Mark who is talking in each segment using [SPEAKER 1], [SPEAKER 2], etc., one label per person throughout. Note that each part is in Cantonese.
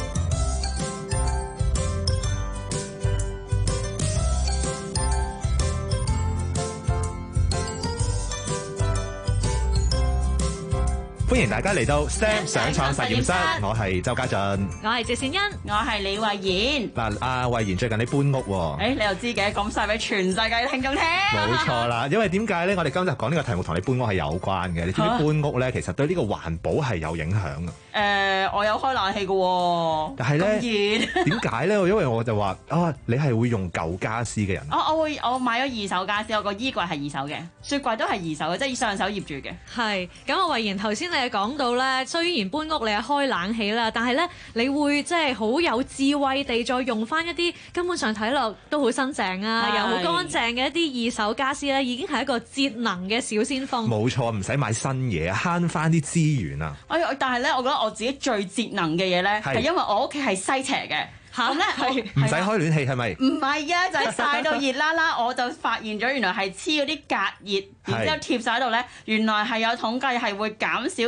[SPEAKER 1] 歡迎大家嚟到 STEM 上創實驗室
[SPEAKER 2] 上創實驗室，
[SPEAKER 1] 我係周家俊。
[SPEAKER 2] 我係趙善恩，我係李慧妍。
[SPEAKER 1] 嗱，阿慧賢最近你搬屋喎，
[SPEAKER 3] 誒，你又知嘅，講晒俾全世界嘅聽眾聽。
[SPEAKER 1] 冇錯啦。因為點解咧？我哋今日講呢個題目同你搬屋係有關嘅。你知唔知
[SPEAKER 3] 啊
[SPEAKER 1] 搬屋咧，其實對呢個環保係有影響嘅。
[SPEAKER 4] 呃
[SPEAKER 3] 誒，我有開冷氣嘅喎，
[SPEAKER 1] 但係呢
[SPEAKER 3] 咁熱。
[SPEAKER 1] 點解咧？因為我就話啊，你係會用舊家私嘅人。
[SPEAKER 3] 我我會我買咗二手傢俬，我個衣櫃係二手嘅，雪櫃都係二手嘅，即係上手業主嘅。
[SPEAKER 4] 係，咁啊，慧賢頭先你係講到咧，雖然搬屋你係開冷氣啦，但係咧，你會即係好有智慧地再用翻一啲根本上睇落都好新淨啊，
[SPEAKER 3] 係
[SPEAKER 4] 又好乾淨嘅一啲二手家私咧，已經係一個節能嘅小先鋒。
[SPEAKER 1] 冇錯，唔使買新嘢，慳翻啲資源啊！
[SPEAKER 3] 哎呀，但係咧，我覺得我自己最節能嘅嘢咧，
[SPEAKER 1] 係
[SPEAKER 3] 係因為我屋企係西斜嘅，咁咧係啊
[SPEAKER 1] 唔使開暖氣係咪？
[SPEAKER 3] 唔係啊，就係、曬 到熱啦啦，我就發現咗原來係黐嗰啲隔熱，然之後貼晒喺度咧，原來係有統計係會減少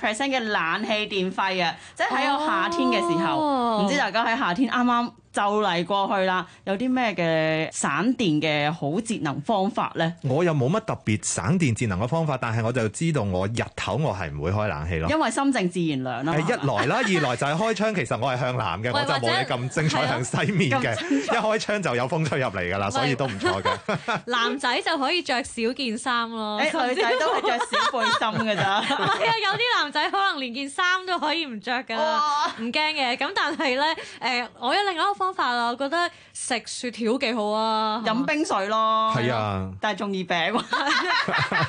[SPEAKER 3] 二十 percent 嘅冷氣電費啊！即係喺我夏天嘅時候，唔、
[SPEAKER 4] 哦
[SPEAKER 3] 知大家喺夏天啱啱就嚟過去啦，有啲咩嘅省電嘅好節能方法咧？
[SPEAKER 1] 我又冇乜特別省電節能嘅方法，但係我就知道我日頭我係唔會開冷氣咯。
[SPEAKER 3] 因為心靜自然涼啊啦、
[SPEAKER 1] 誒 一來啦，二來就係開窗，其實我係向南嘅，
[SPEAKER 4] 喂
[SPEAKER 1] 我就冇你咁精彩
[SPEAKER 3] 啊
[SPEAKER 1] 向西面嘅，一開窗就有風吹入嚟㗎啦，所以都唔錯嘅。
[SPEAKER 3] 哦
[SPEAKER 4] 男仔就可以着少件衫 咯，
[SPEAKER 3] 誒、女 仔都係着小背心㗎咋，
[SPEAKER 4] 係啊，有啲男仔可能連件衫都可以唔着㗎
[SPEAKER 3] 哦
[SPEAKER 4] 啦，唔驚嘅。咁但係咧，誒、我有另外一個方法啦，我覺得食雪條幾好啊，
[SPEAKER 3] 飲冰水咯。
[SPEAKER 1] 係啊，
[SPEAKER 3] 但係仲易餅喎。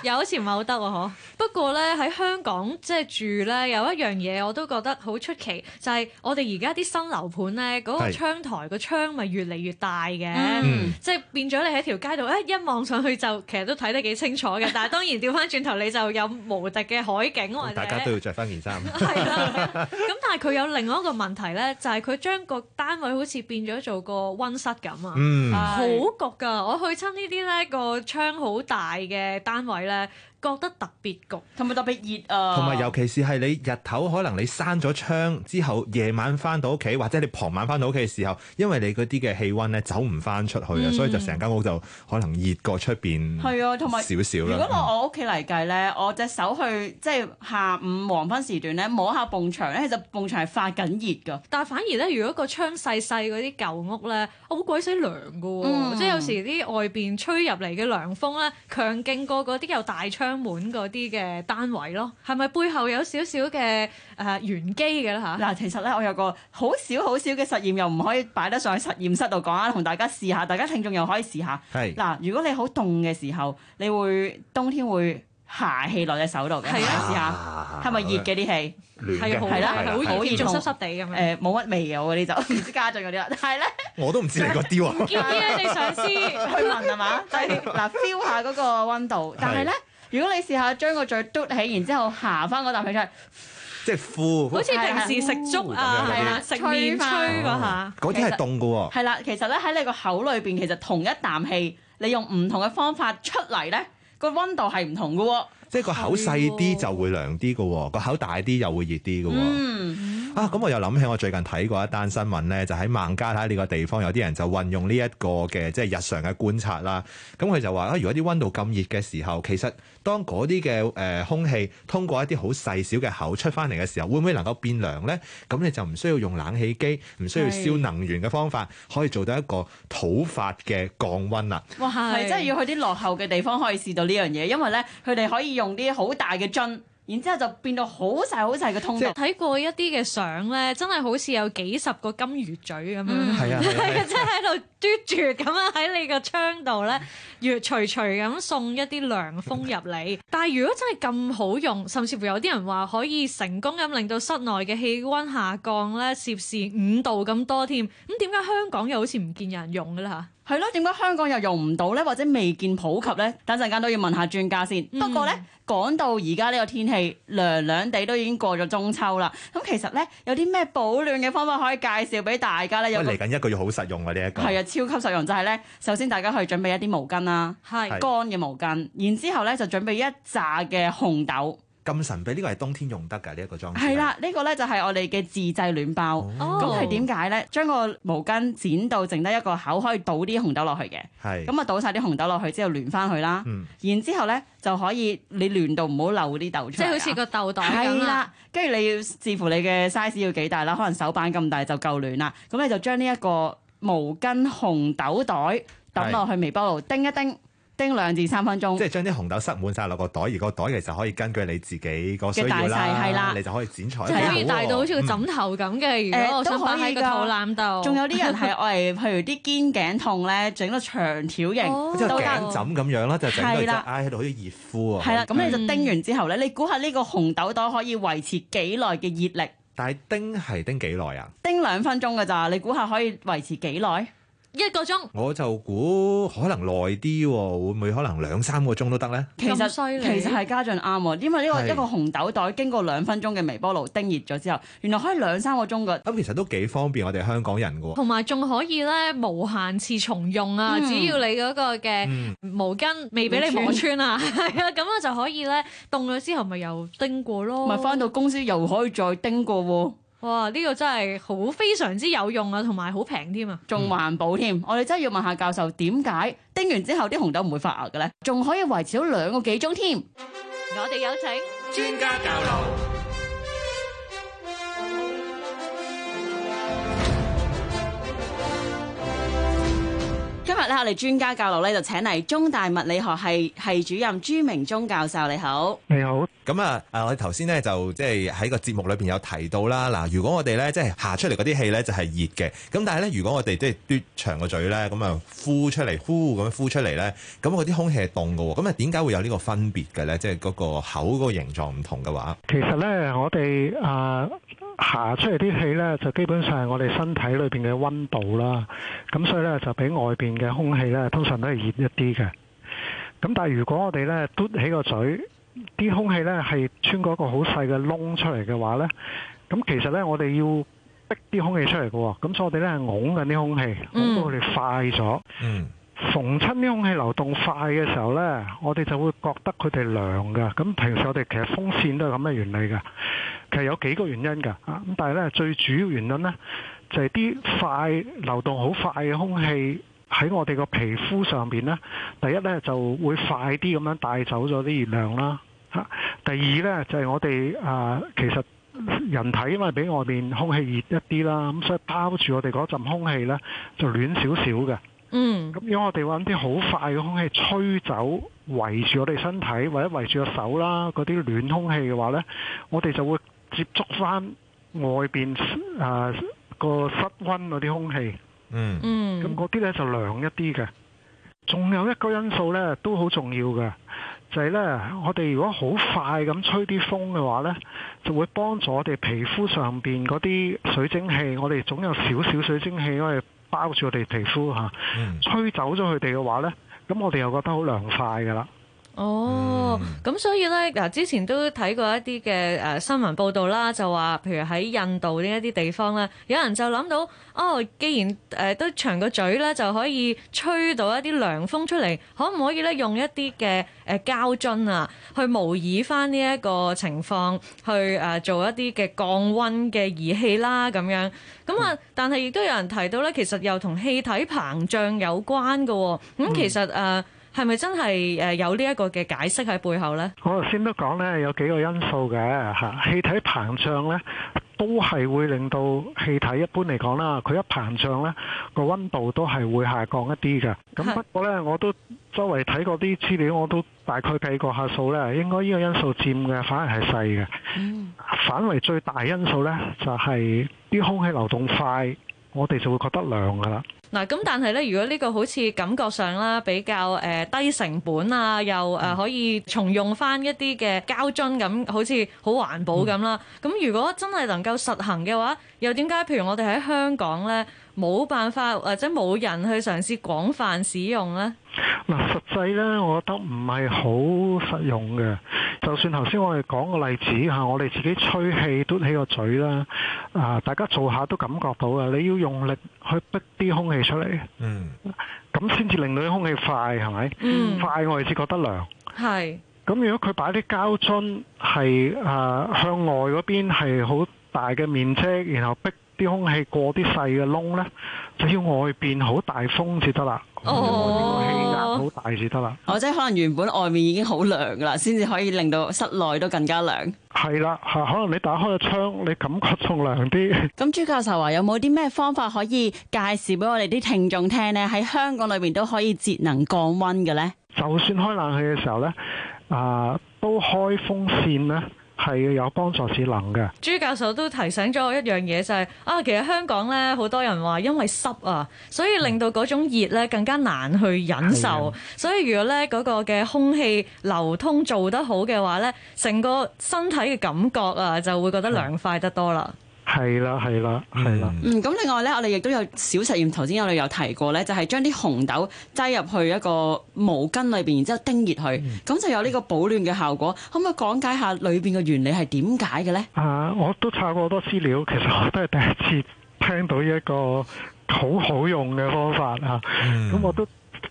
[SPEAKER 4] 有錢唔係好得喎，嗬。不過咧喺香港即係住咧，有一樣嘢我都覺得好出奇，就係、我哋而家啲新樓盤咧，嗰、個
[SPEAKER 1] 係
[SPEAKER 4] 窗台個窗咪越嚟越大嘅。
[SPEAKER 1] 嗯，
[SPEAKER 4] 即係變咗你喺條街度，哎一一望上去就其實都睇得幾清楚嘅。但係當然調翻轉頭，你就有無敵嘅海景或者
[SPEAKER 1] 哦大家都要着翻件 衫。
[SPEAKER 4] 係啦。咁但係佢有另外一個問題咧，就係佢將個單位好似變咗做個温室咁啊。
[SPEAKER 1] 嗯，
[SPEAKER 3] 哦
[SPEAKER 4] 好焗㗎！我去親呢啲咧個窗好大嘅單位咧，覺得特別焗。
[SPEAKER 3] 同埋特別熱啊，
[SPEAKER 1] 同埋尤其是係你日頭可能你閂咗窗之後，夜晚翻到屋企或者你傍晚翻到屋企嘅時候，因為你嗰啲嘅氣温咧走唔翻出去啊，所以就成間屋就可能熱過出邊
[SPEAKER 3] 嗯係啊，同埋
[SPEAKER 1] 少少
[SPEAKER 3] 如果攞
[SPEAKER 1] 啦。
[SPEAKER 3] 我屋企嚟計咧，我隻手去即係下午黃昏時段咧摸下埲牆咧，其實埲牆係發緊熱㗎。
[SPEAKER 4] 但係反而咧，如果個窗細細嗰啲舊屋咧，我好鬼死涼㗎喎，
[SPEAKER 3] 嗯
[SPEAKER 4] 即係有時啲外邊吹入嚟嘅涼風咧，強勁過嗰啲有大窗門嗰啲嘅單位咯。係咪背後有少少嘅誒玄機嘅啦嚇？
[SPEAKER 3] 嗱，其實咧我有個好少好少嘅實驗，又唔可以擺得上去實驗室度講啊，同大家試下，大家聽眾又可以試下。
[SPEAKER 1] 嗯係
[SPEAKER 3] 嗱，如果你好凍嘅時候，你會冬天會下氣落隻手度嘅，
[SPEAKER 4] 係啊
[SPEAKER 3] 試下係咪熱嘅啲氣？
[SPEAKER 1] 暖嘅
[SPEAKER 4] 係啊好
[SPEAKER 3] 嗯係啦
[SPEAKER 4] 啦，
[SPEAKER 3] 係啦
[SPEAKER 4] 好
[SPEAKER 3] 係啦
[SPEAKER 4] 熱，仲
[SPEAKER 3] 好熱
[SPEAKER 4] 濕濕地咁樣。
[SPEAKER 3] 誒冇乜味嘅我嗰啲就唔 知家俊嗰啲啦，但係咧。
[SPEAKER 1] 我都唔知你嗰啲 喎。
[SPEAKER 4] 建議咧，你上司
[SPEAKER 3] 去問係嘛？ 就係嗱 feel 下嗰個温度，但係咧，如果你試下將個嘴嘟起，然之後下翻嗰啖氣出嚟，
[SPEAKER 1] 即係敷，
[SPEAKER 4] 好似平時食粥啊，
[SPEAKER 1] 係
[SPEAKER 4] 係
[SPEAKER 1] 啦
[SPEAKER 4] 啦，食
[SPEAKER 3] 吹
[SPEAKER 4] 面吹
[SPEAKER 3] 返
[SPEAKER 4] 嗰
[SPEAKER 3] 哦
[SPEAKER 4] 下。
[SPEAKER 1] 嗰啲係凍㗎喎。
[SPEAKER 3] 係啦，其實咧喺你個口裏邊，其實同一啖氣，你用唔同嘅方法出嚟咧，個温度係唔同嘅喎。
[SPEAKER 1] 即係個口細啲就會涼啲嘅喎，個口大啲又會熱啲嘅喎。
[SPEAKER 3] 嗯，
[SPEAKER 1] 啊，咁我又諗起我最近睇過一單新聞咧，就喺孟加拉呢個地方有啲人就運用呢一個嘅即係日常嘅觀察啦。咁佢就話啊，如果啲温度咁熱嘅時候，其實當嗰啲嘅誒空氣通過一啲好細小嘅口出翻嚟嘅時候，會唔會能夠變涼呢？咁你就唔需要用冷氣機，唔需要
[SPEAKER 3] 係
[SPEAKER 1] 燒能源嘅方法，可以做到一個土法嘅降温啦。
[SPEAKER 3] 哇，係
[SPEAKER 4] 係
[SPEAKER 3] 真係要去啲落後嘅地方可以試到呢樣嘢，因為咧佢哋可以用啲好大嘅樽，然之後就變到好細好細嘅通
[SPEAKER 1] 即
[SPEAKER 3] 道
[SPEAKER 1] 係。
[SPEAKER 4] 睇過一啲嘅相咧，真係好似有幾十個金魚嘴咁
[SPEAKER 3] 嗯
[SPEAKER 4] 樣。
[SPEAKER 1] 係啊，係啊係
[SPEAKER 4] 係
[SPEAKER 1] 啊
[SPEAKER 4] 啊，即係喺度嘟住咁樣喺你個窗度咧，越徐徐咁送一啲涼風入嚟。但係如果真係咁好用，甚至乎有啲人話可以成功咁令到室內嘅氣温下降咧，攝氏五度咁多添。咁點解香港又好似唔見有人用嘅咧嚇？
[SPEAKER 3] 係咯，點解香港又用唔到咧，或者未見普及咧？等陣間都要問下專家先。
[SPEAKER 4] 嗯
[SPEAKER 3] 不過咧，講到而家呢個天氣涼涼地，都已經過咗中秋啦。咁其實咧，有啲咩保暖嘅方法可以介紹俾大家咧？
[SPEAKER 1] 喂
[SPEAKER 3] 有個
[SPEAKER 1] 嚟緊一個月好實用啊呢一個，
[SPEAKER 3] 係啊，超級實用就係咧，首先大家去準備一啲毛巾啦，
[SPEAKER 4] 係
[SPEAKER 3] 乾嘅毛巾，然之後咧就準備一紮嘅紅豆。
[SPEAKER 1] 咁神秘呢個係冬天用得㗎呢一個裝置，
[SPEAKER 3] 係，啦，呢個咧就係我哋嘅自製暖包。
[SPEAKER 4] 哦
[SPEAKER 3] 咁係點解咧？將個毛巾剪到剩低一個口，可以倒啲紅豆落去嘅。
[SPEAKER 1] 係
[SPEAKER 3] 咁啊，倒晒啲紅豆落去之後，攣翻佢啦。
[SPEAKER 1] 嗯
[SPEAKER 3] 然之後咧就可以你攣到唔好漏啲豆出
[SPEAKER 4] 即
[SPEAKER 3] 嚟
[SPEAKER 4] 係
[SPEAKER 3] 啊。
[SPEAKER 4] 好似個豆袋咁
[SPEAKER 3] 係
[SPEAKER 4] 啦。
[SPEAKER 3] 啦，跟住你要視乎你嘅 size 要幾大啦，可能手板咁大就夠暖啦。咁你就將呢一個毛巾紅豆袋抌落去微波爐，叮一叮，叮兩至三分
[SPEAKER 1] 即
[SPEAKER 3] 鐘。
[SPEAKER 1] 係將啲紅豆塞滿晒落個袋，而個袋其實可以根據你自己個需要
[SPEAKER 3] 嘅大細係啦
[SPEAKER 1] 啦，你就可以剪裁
[SPEAKER 4] 即
[SPEAKER 1] 得幾
[SPEAKER 4] 係
[SPEAKER 1] 好喎。
[SPEAKER 4] 可以大到好似個枕頭咁嘅，如果我想擺喺個肚腩度，
[SPEAKER 3] 仲有啲人係我係，譬如啲肩頸痛咧，整到長條形。
[SPEAKER 4] 哦
[SPEAKER 1] 嗯即係頸枕咁樣啦，就整到隻
[SPEAKER 3] 係啦
[SPEAKER 1] 挨喺度好似熱敷啊。
[SPEAKER 3] 係啦，咁你就
[SPEAKER 4] 嗯
[SPEAKER 3] 叮完之後咧，你估下呢個紅豆袋可以維持幾耐嘅熱力？
[SPEAKER 1] 但係叮係叮幾耐啊？
[SPEAKER 3] 叮兩分鐘㗎咋，你估下可以維持幾耐？
[SPEAKER 4] 一個鐘
[SPEAKER 1] 我就估可能耐啲喎，會唔會可能兩三個鐘都得咧？
[SPEAKER 3] 其
[SPEAKER 4] 咁
[SPEAKER 3] 實
[SPEAKER 4] 犀利
[SPEAKER 3] 其實係家俊啱喎，因為呢個
[SPEAKER 1] 係
[SPEAKER 3] 一個紅豆袋經過兩分鐘嘅微波爐叮熱咗之後，原來可以兩三個鐘㗎。
[SPEAKER 1] 咁其實都幾方便我哋香港人嘅喎。
[SPEAKER 4] 同埋仲可以咧無限次重用啊！
[SPEAKER 3] 嗯
[SPEAKER 4] 只要你嗰個嘅
[SPEAKER 1] 嗯，
[SPEAKER 4] 毛巾未俾你摸穿啊， 係啊，咁我就可以咧凍咗之後咪又叮過咯。
[SPEAKER 3] 咪翻到公司又可以再叮過喎，
[SPEAKER 4] 哇！呢個真係好非常之有用啊，同埋好平添啊！
[SPEAKER 3] 仲環保添。我哋真係要問下教授點解叮完之後啲紅豆唔會發芽嘅咧？仲可以維持到兩個幾鐘添。
[SPEAKER 4] 我哋有請。
[SPEAKER 5] 專家教路。
[SPEAKER 3] 今日咧，我哋專家教路咧就請嚟中大物理學系系主任朱明忠教授，你好。
[SPEAKER 6] 你好，
[SPEAKER 1] 咁啊，誒我哋頭先咧就即係喺個節目裏邊有提到啦。嗱，如果我哋咧即係下出嚟嗰啲氣咧就係熱嘅，咁但係咧如果我哋即係嘟長個嘴咧，咁啊呼出嚟，呼咁樣呼出嚟咧，咁嗰啲空氣係凍嘅喎。咁啊點解會有呢個分別嘅咧？即係嗰個口嗰個形狀唔同嘅話，
[SPEAKER 6] 其實咧，我哋啊行出嚟啲氣咧，就基本上係我哋身體裏邊嘅温度啦。咁所以咧，就比外邊嘅空氣咧，通常都係熱一啲嘅。咁但係如果我哋咧嘟起個嘴，啲空氣咧係穿過一個好細嘅窿出嚟嘅話咧，咁其實咧我哋要逼啲空氣出嚟嘅喎。咁所以我哋咧係拱緊啲空氣，拱到佢哋快咗。
[SPEAKER 1] 嗯，
[SPEAKER 6] 逢親啲空氣流動快嘅時候呢，我哋就會覺得佢哋涼㗎。咁平時我哋其實風扇都係咁嘅原理㗎。其實有幾個原因㗎。啊咁但係呢，最主要原因呢，就係、啲快流動好快嘅空氣喺我哋個皮膚上邊呢，第一呢就會快啲咁樣帶走咗啲熱量啦。嚇，第二呢，就係、我哋啊、其實。人體因為比外面空氣熱一啲啦，咁所以包住我哋嗰陣空氣呢，就暖少少嘅。
[SPEAKER 4] 嗯
[SPEAKER 6] 咁如果我哋揾啲好快嘅空氣吹走，圍住我哋身體或者圍住個手啦，嗰啲暖空氣嘅話呢，我哋就會接觸翻外邊啊個室温嗰啲空氣，
[SPEAKER 1] 嗯，
[SPEAKER 4] 嗯，
[SPEAKER 6] 咁嗰啲呢就涼一啲嘅。仲有一個因素呢都好重要嘅，就係呢，我哋如果好快咁吹啲風嘅話呢，就會幫助我哋皮膚上邊嗰啲水蒸氣，我哋總有少少水蒸氣，因為包住我哋皮膚嚇。
[SPEAKER 1] 嗯。
[SPEAKER 6] 吹走咗佢哋嘅話呢，咁我哋又覺得好涼快㗎啦。
[SPEAKER 4] 哦，咁所以咧嗱，之前都睇過一啲嘅誒新聞報道啦，就話譬如喺印度呢一啲地方咧，有人就諗到哦，既然誒、呃都長個嘴咧，就可以吹到一啲涼風出嚟，可唔可以咧用一啲嘅誒膠樽啊，去模擬翻呢一個情況，去誒、呃做一啲嘅降温嘅儀器啦咁樣。咁啊，但係亦都有人提到咧，其實又同氣體膨脹有關嘅喎、咁其實誒。呃係咪真係誒有呢一個嘅解釋喺背後咧？
[SPEAKER 6] 我頭先都講呢，有幾個因素嘅嚇，氣體膨脹呢，都係會令到氣體一般嚟講啦，佢一膨脹呢，個温度都係會下降一啲嘅。
[SPEAKER 4] 係
[SPEAKER 6] 咁不過呢，我都周圍睇過啲資料，我都大概計過下數呢，應該呢個因素佔嘅反而係細嘅。反為最大因素呢，就係啲空氣流動快，我哋就會覺得涼㗎啦。
[SPEAKER 4] 嗱，咁但係咧，如果呢個好似感覺上啦，比較誒、呃低成本啊，又誒、呃可以重用翻一啲嘅膠樽咁，好似好環保咁啦。咁、如果真係能夠實行嘅話，又點解譬如我哋喺香港咧？
[SPEAKER 6] 嗱，實際呢，我覺得唔係好實用嘅。就算頭先我哋講個例子嚇，我哋自己吹氣嘟起個嘴啦，啊，大家做下都感覺到啊，你要用力去逼啲空氣出嚟，
[SPEAKER 1] 嗯，
[SPEAKER 6] 咁先至令到啲空氣快，係咪？
[SPEAKER 4] 嗯
[SPEAKER 6] 快我哋至覺得涼。
[SPEAKER 4] 係
[SPEAKER 6] 咁如果佢擺啲膠樽係誒向外嗰邊係好大嘅面積，然後逼啲空氣過啲細嘅窿呢，就要外邊好大風至得啦，
[SPEAKER 4] 哦
[SPEAKER 6] 氣壓好大至得啦。
[SPEAKER 3] 哦，即係可能原本外面已經好涼噶啦，先至可以令到室內都更加涼。
[SPEAKER 6] 係啦，嚇，可能你打開個窗，你感覺仲涼啲。
[SPEAKER 3] 咁朱教授話有冇啲咩方法可以介紹俾我哋啲聽眾聽呢？喺香港裏面都可以節能降温嘅呢？
[SPEAKER 6] 就算開冷氣嘅時候呢，啊，都開風扇呢，係有幫助智能嘅。
[SPEAKER 4] 朱教授都提醒咗我一樣嘢，就係、啊，其實香港咧好多人話因為濕啊，所以令到嗰種熱咧更加難去忍
[SPEAKER 3] 啊
[SPEAKER 4] 受。所以如果咧嗰個嘅空氣流通做得好嘅話咧，成個身體嘅感覺啊就會覺得涼快得多啦。
[SPEAKER 6] 係啦，係啦，係啦。
[SPEAKER 1] 嗯
[SPEAKER 3] 嗯，咁另外咧，我哋亦都有小實驗，頭先我哋有提過咧，就係將啲紅豆擠入去一個毛巾裏邊，然之後叮熱佢，咁、就有呢個保暖嘅效果。可唔可以講解下裏邊嘅原理係點解嘅咧？
[SPEAKER 6] 啊，我都查過好多資料，其實我都係第一次聽到一個好好用嘅方法啊。
[SPEAKER 1] 嗯
[SPEAKER 6] 咁、我都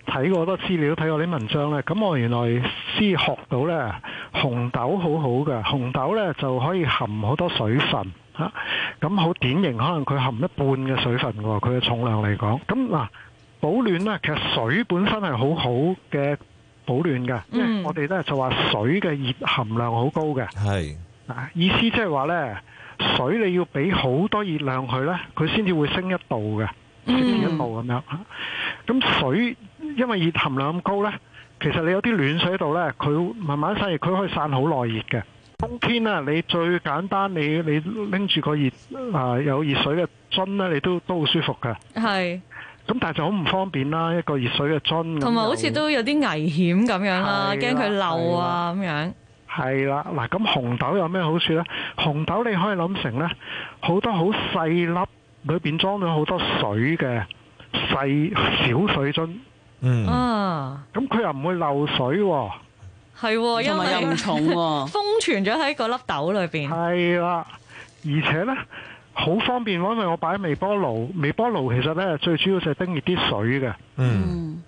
[SPEAKER 6] 睇過好多資料，睇過啲文章咧。咁我原來先學到咧，紅豆好好嘅，紅豆咧就可以含好多水分嚇。咁、好典型，可能佢含一半嘅水分喎，佢嘅重量嚟講。咁嗱、保暖咧，其實水本身係好好嘅保暖嘅，因為
[SPEAKER 4] 嗯
[SPEAKER 6] 我哋咧就話水嘅熱含量好高嘅。
[SPEAKER 1] 係，
[SPEAKER 6] 啊，意思即係話呢，水你要俾好多熱量佢呢，佢先至會升一度嘅，升至
[SPEAKER 3] 嗯
[SPEAKER 6] 一度咁樣。咁水因為熱含量咁高呢，其實你有啲暖水喺度呢，佢慢慢散熱，佢可以散好耐熱嘅。冬天啊，你最簡單，你你拎住個熱啊、有熱水嘅樽呢，你都都好舒服嘅。
[SPEAKER 4] 係，
[SPEAKER 6] 咁但係就好唔方便啦，一個熱水嘅樽咁
[SPEAKER 4] 同埋好
[SPEAKER 6] 又
[SPEAKER 4] 似都有啲危險咁樣啦，
[SPEAKER 6] 係啦
[SPEAKER 4] 驚佢漏啊咁樣。
[SPEAKER 6] 係啦，嗱咁紅豆有咩好處呢？紅豆你可以諗成呢，好多好細粒，裏邊裝咗好多水嘅細小水樽，
[SPEAKER 3] 哦
[SPEAKER 1] 嗯，
[SPEAKER 4] 啊，
[SPEAKER 6] 咁佢又唔會漏水喎。
[SPEAKER 4] 係喎，因
[SPEAKER 3] 同埋又
[SPEAKER 4] 為
[SPEAKER 3] 唔重喎、
[SPEAKER 4] 封存咗喺個粒豆裏邊。
[SPEAKER 6] 係啦，而且呢，好方便喎，因為我擺喺微波爐，微波爐其實呢，最主要就係叮熱啲水嘅。
[SPEAKER 1] 嗯，
[SPEAKER 3] 嗯，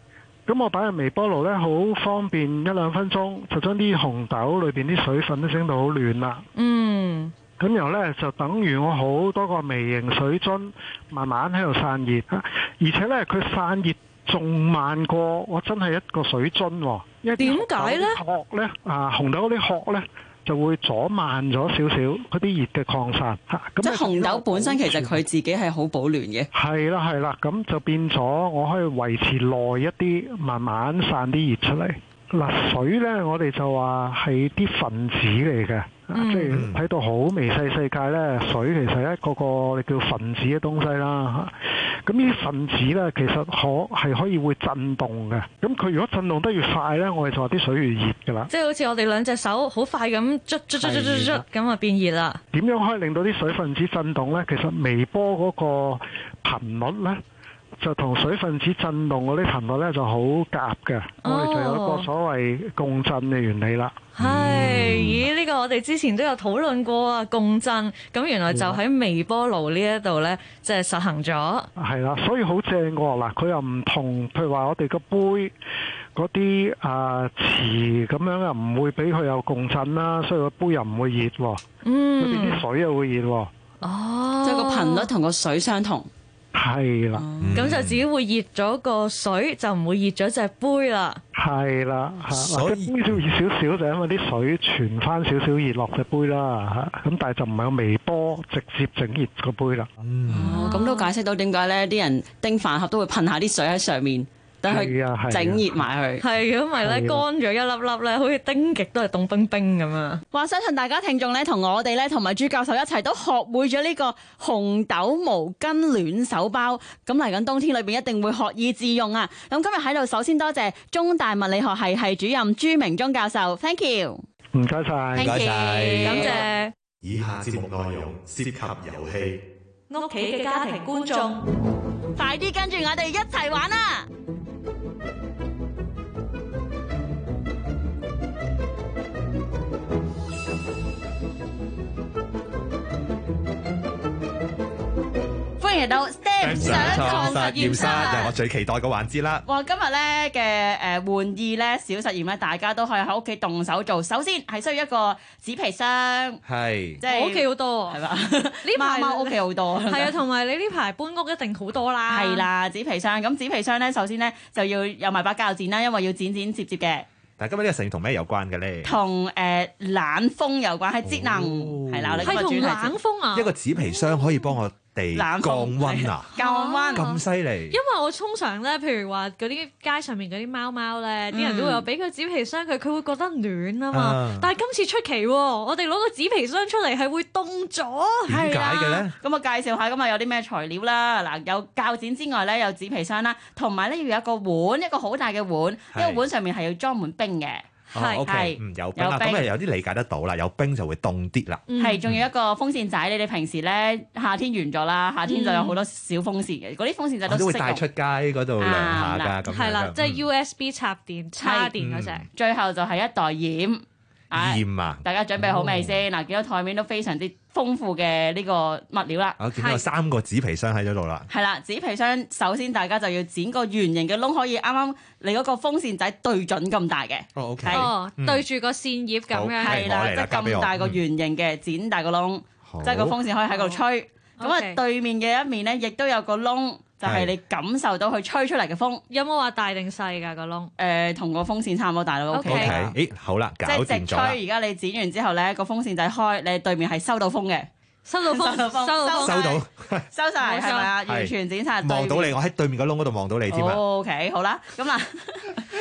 [SPEAKER 6] 咁我擺入微波爐呢，好方便一兩分鐘就將啲紅豆裏邊啲水分都整到好暖啦。
[SPEAKER 4] 嗯，
[SPEAKER 6] 咁然後呢，就等於我好多個微型水樽慢慢喺度散熱，啊而且呢，佢散熱仲慢過我真係一個水樽喎，因為啲
[SPEAKER 4] 點解呢
[SPEAKER 6] 紅豆嗰啲殼呢，啊紅豆嗰啲殼呢，就會阻慢咗少少嗰啲熱嘅擴散嚇。咁
[SPEAKER 3] 即係
[SPEAKER 6] 呢
[SPEAKER 3] 紅豆嗯本身其實佢自己係好保暖嘅。
[SPEAKER 6] 係啦係啦，咁就變咗我可以維持耐一啲，慢慢散啲熱出嚟。嗱，水呢，我哋就話係啲分子嚟嘅，
[SPEAKER 4] 嗯
[SPEAKER 6] 即係睇到好微細世界呢，水其實係一個個我哋叫分子嘅東西啦。咁呢啲分子呢，其實可係可以會震動嘅。咁佢如果震動得越快呢，我哋就話啲水越熱㗎啦。
[SPEAKER 4] 即係好似我哋兩隻手好快咁捽捽捽捽捽
[SPEAKER 6] 係
[SPEAKER 4] 捽
[SPEAKER 6] 啦
[SPEAKER 4] 咁啊變熱啦。
[SPEAKER 6] 點樣可以令到啲水分子震動呢？其實微波嗰個頻率呢，就同水分子震動嗰啲頻率呢就好夾嘅。
[SPEAKER 4] 哦
[SPEAKER 6] 我哋就有一個所謂共振嘅原理啦。
[SPEAKER 4] 係，咦？呢個我哋之前都有討論過啊，共振咁原來就喺微波爐呢一度咧，即係實行咗。
[SPEAKER 6] 係啦，所以好正喎。嗱，佢又唔同，譬如話我哋個杯嗰啲啊瓷咁樣啊，唔會俾佢有共振啦，所以個杯又唔會熱喎，裏邊
[SPEAKER 4] 嗯
[SPEAKER 6] 啲，水又會熱喎。
[SPEAKER 4] 哦，
[SPEAKER 3] 即係個頻率同個水相同，
[SPEAKER 6] 係啦，
[SPEAKER 3] 嗯
[SPEAKER 4] 咁就只會熱咗個水，就唔會熱咗隻杯啦。
[SPEAKER 6] 係啦，嚇
[SPEAKER 1] 所
[SPEAKER 6] 或者
[SPEAKER 1] 以
[SPEAKER 6] 杯少熱少少就因為啲水傳翻少少熱落隻杯啦，嚇咁但係就唔係用微波直接整熱個杯啦，
[SPEAKER 1] 嗯，
[SPEAKER 3] 哦，咁都解釋到點解咧啲人叮飯盒都會噴下啲水喺上面，等
[SPEAKER 6] 係啊
[SPEAKER 3] 佢
[SPEAKER 6] 係啊
[SPEAKER 3] 整熱埋佢。
[SPEAKER 4] 係，如果唔係咧，乾
[SPEAKER 6] 係啦
[SPEAKER 4] 咗一粒粒咧，好似叮極都係凍冰冰咁啊！
[SPEAKER 3] 話相信大家聽眾咧，同我哋咧，同埋朱教授一齊都學會咗呢個紅豆毛巾暖手包。咁嚟緊冬天裏邊一定會學以致用啊！咁今日喺度首先多謝中大物理學系系主任朱明忠教授，thank you。
[SPEAKER 6] 唔該晒。
[SPEAKER 1] 唔該晒，
[SPEAKER 4] 感謝。
[SPEAKER 5] 以下節目內容涉及遊戲，
[SPEAKER 2] 屋企嘅家庭觀眾。
[SPEAKER 3] 快啲跟住我哋一齊玩啊啦！歡迎嚟到 STEM 想創實驗室
[SPEAKER 1] 就。係我最期待嘅環節啦。
[SPEAKER 3] 哇！今日咧嘅誒玩意咧小實驗咧，大家都可以喺屋企動手做。首先係需要一個紙皮箱，
[SPEAKER 1] 係
[SPEAKER 3] 即係
[SPEAKER 4] 我屋企好多
[SPEAKER 3] 係
[SPEAKER 4] 啊，
[SPEAKER 3] 嘛？
[SPEAKER 4] 呢
[SPEAKER 3] 貓
[SPEAKER 4] 排
[SPEAKER 3] 貓屋企好多，
[SPEAKER 4] 係啊，同埋你呢排搬屋一定好多 啦，
[SPEAKER 3] 係，啦，紙皮箱。咁紙皮箱咧，首先咧就要有埋把鉸剪啦，因為要剪剪接接嘅，
[SPEAKER 1] 但係今日呢個實驗同咩有關嘅咧？
[SPEAKER 3] 同誒冷風有關，係節能
[SPEAKER 1] 哦
[SPEAKER 3] 係啦。我哋今
[SPEAKER 4] 係
[SPEAKER 3] 日
[SPEAKER 4] 同
[SPEAKER 3] 主題節
[SPEAKER 4] 冷風啊
[SPEAKER 1] 一。個紙皮箱可以幫我哋
[SPEAKER 3] 冷風
[SPEAKER 1] 降温啊！
[SPEAKER 3] 降温
[SPEAKER 1] 咁犀利
[SPEAKER 4] 因，為我通常咧，譬如話嗰啲街上面嗰啲貓貓咧，
[SPEAKER 1] 嗯
[SPEAKER 4] 啲人都會有俾個紙皮箱佢，佢會覺得暖啊
[SPEAKER 1] 啊
[SPEAKER 4] 嘛。但係今次出奇喎，我哋攞個紙皮箱出嚟係會凍咗。
[SPEAKER 1] 點解嘅咧？？
[SPEAKER 3] 咁我介紹下咁啊，有啲咩材料啦？嗱，有鉸剪之外咧，有紙皮箱啦，同埋咧要有一個碗，一個好大嘅碗，
[SPEAKER 1] 係
[SPEAKER 3] 呢個碗上面係要裝滿冰嘅，
[SPEAKER 1] 哦，OK，
[SPEAKER 3] 係
[SPEAKER 1] 嗯，有冰啦，
[SPEAKER 3] 有冰
[SPEAKER 1] 咁咪有啲理解得到啦，有冰就會凍啲啦。
[SPEAKER 4] 嗯
[SPEAKER 3] 係仲有一個風扇仔。你哋平時咧夏天完咗啦，夏天就有好多小風扇嘅，嗰啲風扇仔
[SPEAKER 1] 我啊都
[SPEAKER 3] 都
[SPEAKER 1] 會
[SPEAKER 3] 啊適
[SPEAKER 1] 帶出
[SPEAKER 3] 用。
[SPEAKER 1] 街嗰度涼下㗎，咁樣㗎
[SPEAKER 4] 係啦，即
[SPEAKER 1] 嗯
[SPEAKER 4] 係 USB 插電叉電嗰只。
[SPEAKER 1] 嗯
[SPEAKER 3] 最後就係一袋鹽，唉
[SPEAKER 1] 厭啊！
[SPEAKER 3] 大家準備好未先？嗱，見到台面都非常之豐富嘅呢個物料啦。
[SPEAKER 1] 我見到有
[SPEAKER 4] 係
[SPEAKER 1] 三個紙皮箱喺咗度啦，
[SPEAKER 3] 係啦，紙皮箱首先大家就要剪個圓形嘅窿，可以啱啱你嗰個風扇仔對準咁大嘅。
[SPEAKER 1] 哦，OK
[SPEAKER 3] 係
[SPEAKER 4] 哦，
[SPEAKER 1] 嗯
[SPEAKER 4] 對住個扇葉咁
[SPEAKER 1] 好
[SPEAKER 4] 樣。
[SPEAKER 1] 係
[SPEAKER 3] 係
[SPEAKER 1] 我
[SPEAKER 3] 啦，
[SPEAKER 1] 嚟
[SPEAKER 3] 即
[SPEAKER 1] 啦
[SPEAKER 3] 係
[SPEAKER 1] 交俾
[SPEAKER 3] 咁
[SPEAKER 1] 我
[SPEAKER 3] 大個圓形嘅剪大個窿，即係個風扇可以喺度吹。咁啊
[SPEAKER 4] OK，
[SPEAKER 3] 對面嘅一面咧，亦都有個窿，就係
[SPEAKER 1] 係
[SPEAKER 3] 你感受到佢吹出嚟嘅風，
[SPEAKER 4] 有冇話大定細㗎個窿？
[SPEAKER 3] 誒同個風扇差唔多大佬屋企
[SPEAKER 4] OK。
[SPEAKER 1] OK，咦，好啦，
[SPEAKER 3] 即
[SPEAKER 1] 搞
[SPEAKER 3] 係
[SPEAKER 1] 掂
[SPEAKER 3] 直
[SPEAKER 1] 咗
[SPEAKER 3] 吹，
[SPEAKER 1] 啦，
[SPEAKER 3] 而家你剪完之後咧，個風扇仔開，你對面係收到風嘅，
[SPEAKER 4] 收到風，
[SPEAKER 3] 收到風
[SPEAKER 4] 收到
[SPEAKER 3] 收
[SPEAKER 4] 風。
[SPEAKER 1] 收 到，
[SPEAKER 3] 收晒
[SPEAKER 4] 冇錯
[SPEAKER 3] 係咪啊？
[SPEAKER 1] 係
[SPEAKER 3] 完全剪晒對面。
[SPEAKER 1] 望到你，我喺對面個窿嗰度望到你添啊，
[SPEAKER 3] O K，好啦，哦咁嗱，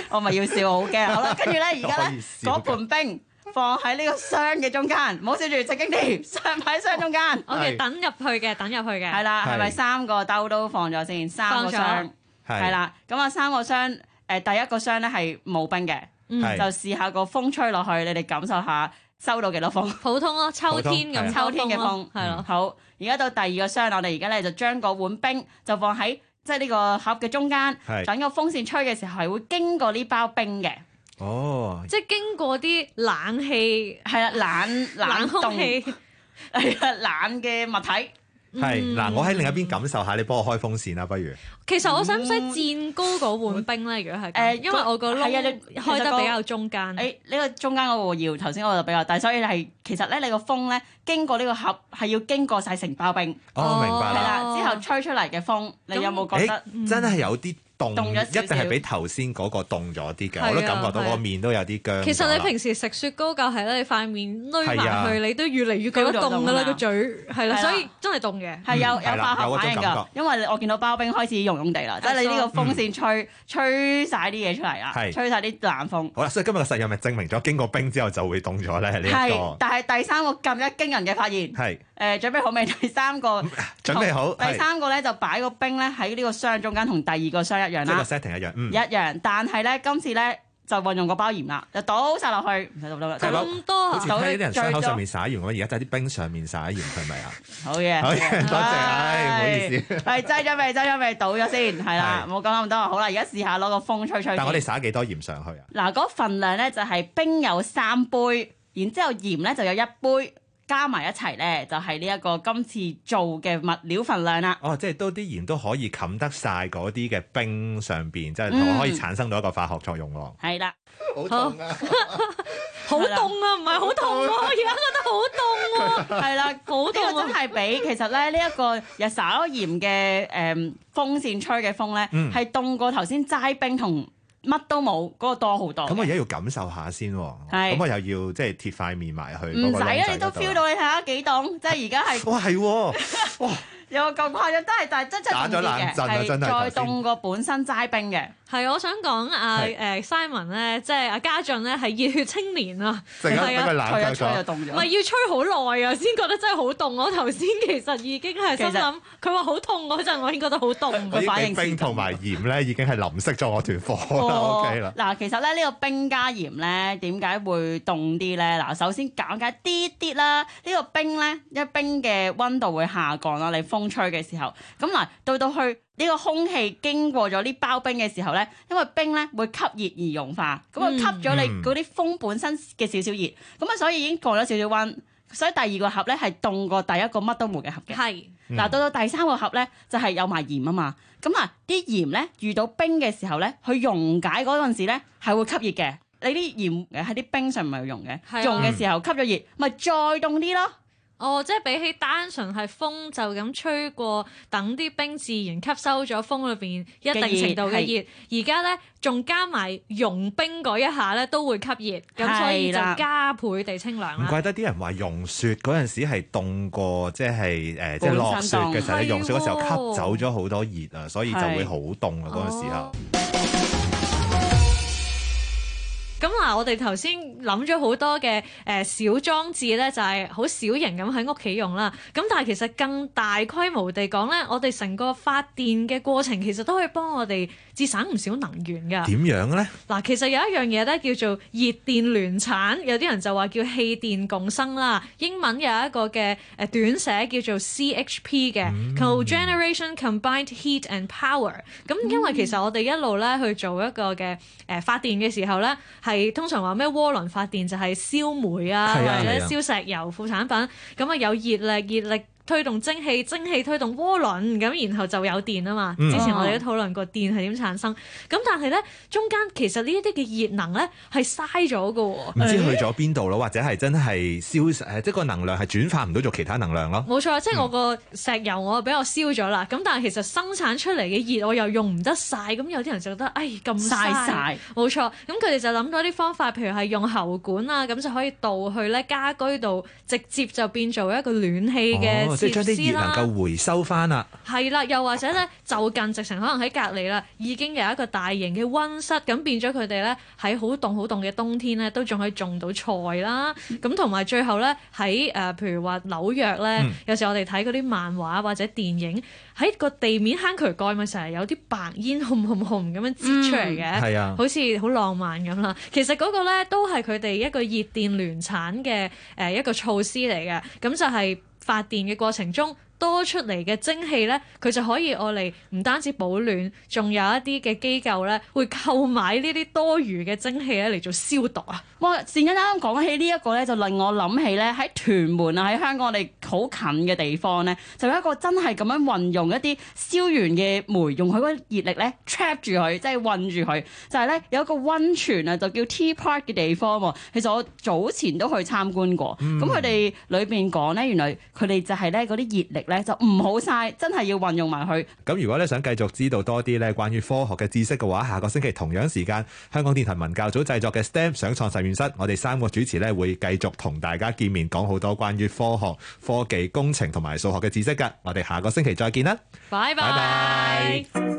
[SPEAKER 3] 我咪要笑好驚。好啦，跟住咧，而家
[SPEAKER 1] 可以
[SPEAKER 3] 咧
[SPEAKER 1] 笑
[SPEAKER 3] 嗰
[SPEAKER 1] 㗎
[SPEAKER 3] 盤冰放喺呢個箱嘅中間，唔好笑住，直經啲箱喺箱中間。
[SPEAKER 4] O K，等入去嘅，等入去
[SPEAKER 3] 係
[SPEAKER 4] 嘅。
[SPEAKER 3] 啦，
[SPEAKER 1] 係
[SPEAKER 3] 係咪三個兜都放咗先？三個
[SPEAKER 4] 放
[SPEAKER 3] 箱
[SPEAKER 4] 咗
[SPEAKER 1] 係
[SPEAKER 3] 係，啦，咁啊三個箱，誒第一個箱咧係冇冰嘅，
[SPEAKER 4] 嗯
[SPEAKER 1] 係
[SPEAKER 3] 就試下個風吹落去，你哋感受下收到幾多 風。
[SPEAKER 4] 普通咯，秋天咁
[SPEAKER 1] 普通
[SPEAKER 3] 秋天嘅風
[SPEAKER 4] 係咯。
[SPEAKER 3] 好，而家到第二個箱，我哋而家咧就將個碗冰就放喺即係呢個盒嘅中間，
[SPEAKER 1] 係
[SPEAKER 3] 等個風扇吹嘅時候係會經過呢包冰嘅。
[SPEAKER 1] 哦，
[SPEAKER 4] 即係經過啲冷氣、
[SPEAKER 3] 係啦，冷
[SPEAKER 4] 冷空
[SPEAKER 3] 凍
[SPEAKER 4] 氣，
[SPEAKER 3] 係啊，冷嘅物體，
[SPEAKER 1] 係嗱，
[SPEAKER 4] 嗯
[SPEAKER 1] 我喺另一邊感受下，你幫我開風扇啊啦，不如
[SPEAKER 4] 其實我使唔使墊高嗰碗冰咧？如果
[SPEAKER 3] 誒
[SPEAKER 4] 係咁，因為我嗯個
[SPEAKER 3] 係啊
[SPEAKER 4] 窿
[SPEAKER 3] 你
[SPEAKER 4] 開得比較中
[SPEAKER 1] 嗯
[SPEAKER 4] 間。
[SPEAKER 3] 誒呢個中間嗰個搖，頭先我就比較大，所以係其實咧你個風咧經過呢個盒係要經過晒成包冰，
[SPEAKER 1] 哦，明白
[SPEAKER 3] 係
[SPEAKER 1] 啦，
[SPEAKER 3] 啦，之後吹出嚟嘅風，你有冇覺得？
[SPEAKER 1] 誒，真係有啲凍，
[SPEAKER 3] 凍咗
[SPEAKER 1] 一
[SPEAKER 3] 少
[SPEAKER 1] 定係
[SPEAKER 3] 少
[SPEAKER 1] 比頭先嗰個凍咗啲
[SPEAKER 4] 係啊
[SPEAKER 1] 嘅，我都感覺到
[SPEAKER 4] 係啊
[SPEAKER 1] 個面都有啲僵咗啦。
[SPEAKER 4] 其實你平時食雪糕就係咧，你塊面攣
[SPEAKER 1] 係啊
[SPEAKER 4] 埋去，你都越嚟越覺得凍㗎
[SPEAKER 3] 都凍㗎
[SPEAKER 4] 啦
[SPEAKER 3] 啦
[SPEAKER 4] 個嘴，係啦，
[SPEAKER 3] 係啦
[SPEAKER 4] 所以真係凍嘅。
[SPEAKER 3] 係有
[SPEAKER 1] 嗯係
[SPEAKER 3] 有
[SPEAKER 1] 啦
[SPEAKER 3] 化
[SPEAKER 1] 有嗰
[SPEAKER 3] 學反
[SPEAKER 1] 種感
[SPEAKER 3] 應㗎
[SPEAKER 1] 覺，
[SPEAKER 3] 因為我見到包冰開始溶溶地啦，即係你呢個風扇吹吹晒啲嘢出嚟啦，
[SPEAKER 1] 嗯係
[SPEAKER 3] 吹晒啲冷風。
[SPEAKER 1] 好啦，所以今日嘅實驗咪證明咗，經過冰之後就會凍咗咧呢一
[SPEAKER 3] 係，
[SPEAKER 1] 個，
[SPEAKER 3] 但係第三個更加驚人嘅發現，誒、
[SPEAKER 1] 係
[SPEAKER 3] 準備好未？第三個，
[SPEAKER 1] 準備好，
[SPEAKER 3] 第
[SPEAKER 1] 係
[SPEAKER 3] 三個咧就擺個冰咧喺呢個箱中間，同第二個箱一樣
[SPEAKER 1] 即係個
[SPEAKER 3] 啦。
[SPEAKER 1] setting 一樣，嗯
[SPEAKER 3] 一。樣，但係咧今次咧就運用個包鹽啦，就倒晒落去，唔使倒啦，
[SPEAKER 1] 係咯
[SPEAKER 4] 咁多
[SPEAKER 1] 好
[SPEAKER 4] 啊
[SPEAKER 1] 似睇啲人傷口上面灑鹽咁，而家就喺啲冰上面灑鹽，係咪啊？
[SPEAKER 3] 好 嘢，
[SPEAKER 1] 好嘢多謝唉唔好意
[SPEAKER 3] 思，係擠咗未？擠咗未？倒咗先，係啦，
[SPEAKER 1] 係
[SPEAKER 3] 冇講咁多，好啦，而家試下攞個風吹吹
[SPEAKER 1] 但我哋
[SPEAKER 3] 先。
[SPEAKER 1] 灑幾多鹽上去啊？
[SPEAKER 3] 嗱，嗰份量咧就係冰有三杯，然之後鹽咧就有一杯，加埋一齊咧就係呢一個今次做嘅物料份量啦。
[SPEAKER 1] 哦，即係都啲鹽都可以冚得晒嗰啲嘅冰上邊，即係
[SPEAKER 3] 嗯
[SPEAKER 1] 可以產生到一個化學作用喎。
[SPEAKER 3] 係 啦，
[SPEAKER 1] 好
[SPEAKER 4] 痛
[SPEAKER 1] 啊！
[SPEAKER 4] 好凍啊，唔係好凍喎，而家覺得好凍喎。
[SPEAKER 3] 係啦，
[SPEAKER 4] 好
[SPEAKER 3] 呢
[SPEAKER 4] 凍啊
[SPEAKER 3] 個真係比其實咧呢一個日灑鹽嘅誒風扇吹嘅風咧，
[SPEAKER 1] 嗯
[SPEAKER 3] 係凍過頭先齋冰同乜都冇嗰個多好多。
[SPEAKER 1] 咁我而家要感受下先喎，
[SPEAKER 3] 哦
[SPEAKER 1] 咁
[SPEAKER 3] 係
[SPEAKER 1] 我又要即係貼塊面埋去
[SPEAKER 3] 唔
[SPEAKER 1] 嗰個
[SPEAKER 3] 使
[SPEAKER 1] 窿
[SPEAKER 3] 啊，
[SPEAKER 1] 仔
[SPEAKER 3] 你都
[SPEAKER 1] 嗰度
[SPEAKER 3] feel。到你睇下幾凍，即係而家係
[SPEAKER 1] 哇，係喎，
[SPEAKER 3] 有個咁誇張，真係但係真真
[SPEAKER 1] 打
[SPEAKER 3] 凍
[SPEAKER 1] 咗
[SPEAKER 3] 啲
[SPEAKER 1] 冷
[SPEAKER 3] 嘅，
[SPEAKER 1] 震啊真係
[SPEAKER 3] 係
[SPEAKER 1] 頭
[SPEAKER 3] 再
[SPEAKER 1] 先
[SPEAKER 3] 凍過本身齋冰嘅，
[SPEAKER 4] 係，我想講啊
[SPEAKER 1] 係
[SPEAKER 4] 誒 Simon 咧，即係阿家俊咧係熱血青年啊，
[SPEAKER 1] 陣間
[SPEAKER 4] 係
[SPEAKER 1] 俾
[SPEAKER 4] 啊
[SPEAKER 1] 佢冷
[SPEAKER 3] 吹
[SPEAKER 1] 卻
[SPEAKER 3] 一吹
[SPEAKER 1] 咗。
[SPEAKER 3] 就凍
[SPEAKER 4] 唔係
[SPEAKER 3] 咗。
[SPEAKER 4] 要吹好耐啊，先覺得真係好凍。我頭先其實已經係心
[SPEAKER 3] 其實
[SPEAKER 4] 諗，佢話好痛嗰陣，我已經覺得好
[SPEAKER 1] 我
[SPEAKER 4] 凍。
[SPEAKER 1] 已經
[SPEAKER 3] 反
[SPEAKER 1] 俾
[SPEAKER 3] 應先
[SPEAKER 1] 冰同埋鹽咧，已經係淋熄咗我團火啦。
[SPEAKER 3] 哦
[SPEAKER 1] OK 啦，
[SPEAKER 3] 嗱，其實咧呢個冰加鹽咧，點解會凍啲咧？嗱，首先講解啲啲啦，呢個冰咧，因為冰嘅温度會下降啦，你風風吹嘅時候，咁嗱到到去呢個空氣經過咗呢包冰嘅時候咧，因為冰咧會吸熱而融化，咁啊
[SPEAKER 4] 嗯
[SPEAKER 3] 吸咗
[SPEAKER 1] 嗯
[SPEAKER 3] 你嗰啲風本身嘅少少熱，咁啊所以已經過咗少少温，所以第二個盒咧係凍過第一個乜都冇嘅盒嘅。
[SPEAKER 4] 係
[SPEAKER 1] 嗯
[SPEAKER 3] 嗱，到到第三個盒咧，就係、有埋鹽啊嘛。咁啊，啲鹽咧遇到冰嘅時候咧，佢溶解嗰陣時咧係會吸熱嘅。你啲鹽喺啲冰上唔係溶嘅，
[SPEAKER 4] 係啊
[SPEAKER 3] 溶嘅時候吸咗熱，咪再凍啲咯。
[SPEAKER 4] 哦，即係比起單純係風就咁吹過，等啲冰自然吸收咗風裏邊一定程度嘅熱，而家咧仲加埋融冰嗰一下咧都會吸熱，咁所以就
[SPEAKER 3] 係啦
[SPEAKER 4] 加倍地清涼
[SPEAKER 1] 唔
[SPEAKER 4] 啦。
[SPEAKER 1] 怪得啲人話融雪嗰陣時係凍過，即係誒，即係落雪嘅時候，
[SPEAKER 4] 本身凍
[SPEAKER 1] 你融雪嗰時
[SPEAKER 4] 係
[SPEAKER 1] 候
[SPEAKER 4] 喎
[SPEAKER 1] 吸走咗好多熱啊，所以就會好凍啊嗰陣時候
[SPEAKER 4] 哦。咁嗱，我哋頭先諗咗好多嘅誒、呃小裝置咧，就係好小型咁喺屋企用啦。咁但係其實更大規模地講咧，我哋成個發電嘅過程其實都可以幫我哋節省唔少能源㗎。
[SPEAKER 1] 點樣咧？
[SPEAKER 4] 嗱，其實有一樣嘢咧叫做熱電聯產，有啲人就話叫氣電共生啦。英文有一個嘅誒短寫叫做 CHP 嘅、Cogeneration Combined Heat and Power。咁
[SPEAKER 1] 嗯
[SPEAKER 4] 因為其實我哋一路咧去做一個嘅誒發電嘅時候咧，係通常話咩渦輪發電就係燒煤啊，
[SPEAKER 1] 係啊
[SPEAKER 4] 或者
[SPEAKER 1] 係啊
[SPEAKER 4] 燒石油副產品，咁啊有熱力，熱力。推動蒸氣，蒸氣推動渦輪，咁然後就有電啊嘛。
[SPEAKER 1] 嗯
[SPEAKER 4] 之前我哋都討論過電係點產生，咁但係咧中間其實呢一啲嘅熱能咧係嘥咗㗎
[SPEAKER 1] 唔
[SPEAKER 4] 喎。
[SPEAKER 1] 知去咗邊度咯，或者係真係燒誒，即係個能量係轉化唔到做其他能量咯。
[SPEAKER 4] 冇錯，即係我個石油我俾我燒咗啦，咁但係其實生產出嚟嘅熱我又用唔得晒，咁有啲人就覺得，唉咁
[SPEAKER 3] 晒
[SPEAKER 4] 嘥。
[SPEAKER 3] 晒，
[SPEAKER 4] 冇錯，咁佢哋就諗到啲方法，譬如係用喉管啊，咁就可以導去咧家居度，直接就變做一個暖氣嘅
[SPEAKER 1] 哦，即係將
[SPEAKER 4] 設施
[SPEAKER 1] 啲熱能
[SPEAKER 4] 啦。
[SPEAKER 1] 夠回收翻啦。
[SPEAKER 4] 係啦，又或者咧就近直情可能喺隔離啦，已經有一個大型嘅温室，咁變咗佢哋咧喺好凍好凍嘅冬天咧都仲可以種到菜啦。咁同埋最後咧喺誒譬如話紐約咧，
[SPEAKER 1] 嗯
[SPEAKER 4] 有時我哋睇嗰啲漫畫或者電影，喺個地面坑渠蓋咪成日有啲白煙 紅紅紅咁樣擠出嚟嘅。
[SPEAKER 1] 係啊，
[SPEAKER 4] 好似好浪漫咁啦。其實嗰個咧都係佢哋一個熱電聯產嘅誒一個措施嚟嘅，咁就係發電嘅過程中。多出嚟嘅蒸氣咧，佢就可以我嚟唔單止保暖，仲有一啲嘅機構咧會購買呢啲多餘嘅蒸氣咧嚟做消毒啊！
[SPEAKER 3] 哇！善欣啱啱講起呢一個咧，就令我諗起咧喺屯門啊，喺香港我哋好近嘅地方咧，就有一個真係咁樣運用一啲燒完嘅煤，用佢嗰個熱力咧 trap 住佢，即係困住佢。就係咧有一個温泉啊，就叫 Tea Park 嘅地方喎。其實我早前都去參觀過，咁佢哋裏邊講咧，原來佢哋就係咧嗰啲熱力咧就唔好晒，真係要運用埋佢。
[SPEAKER 1] 咁如果咧想繼續知道多啲咧關於科學嘅知識嘅話，下個星期同樣時間，香港電台文教組製作嘅 STEM 想創實驗室，我哋三個主持咧會繼續同大家見面，講好多關於科學、科技、工程同埋數學嘅知識㗎。我哋下個星期再見啦，拜
[SPEAKER 4] 拜拜。
[SPEAKER 1] 拜。